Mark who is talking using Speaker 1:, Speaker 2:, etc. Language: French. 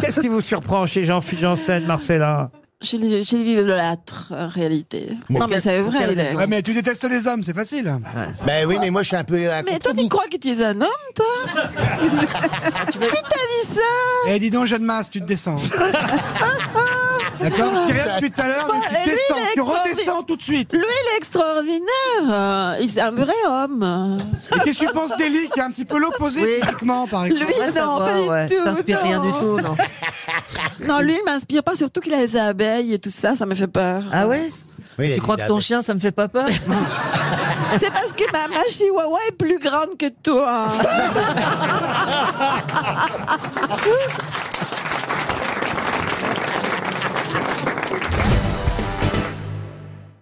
Speaker 1: Qu'est-ce qui vous surprend chez Jean-Philippe Janssen, Marcella
Speaker 2: J'ai li- j'ai l'idolâtre, en réalité. non, mais c'est vrai. il est-
Speaker 3: Ouais, mais tu détestes les hommes, c'est facile.
Speaker 4: Ben oui, mais moi, je suis un peu. un
Speaker 2: Ah, Mais toi, tu crois que tu es un homme, toi Qui t'a dit ça
Speaker 3: Eh, dis donc, jeune masse, tu te descends. D'accord Tu reviens depuis tout à l'heure, mais
Speaker 2: Bon, et
Speaker 3: tu
Speaker 2: lui, il
Speaker 3: descends,
Speaker 2: Bah, est
Speaker 3: tu
Speaker 2: extraordinaire.
Speaker 3: redescends tout de suite.
Speaker 2: Lui, il est extraordinaire. Il est un vrai homme.
Speaker 3: Et qu'est-ce que tu penses d'Eli qui est un petit peu l'opposé
Speaker 5: Oui.
Speaker 3: physiquement, par
Speaker 2: Lui,
Speaker 3: exemple
Speaker 5: Ouais, ça
Speaker 2: non,
Speaker 5: va,
Speaker 2: pas du
Speaker 5: ouais.
Speaker 2: tout.
Speaker 5: T'inspires rien du
Speaker 2: non.
Speaker 5: tout, non.
Speaker 2: Non, lui, il m'inspire pas, surtout qu'il a les abeilles et tout ça, ça me fait peur.
Speaker 5: Ah ouais
Speaker 4: Oui, il a
Speaker 5: Tu
Speaker 4: dit
Speaker 5: crois que ton
Speaker 4: d'abeille.
Speaker 5: chien, ça me fait pas peur
Speaker 2: C'est parce que ma, ma chihuahua est plus grande que toi.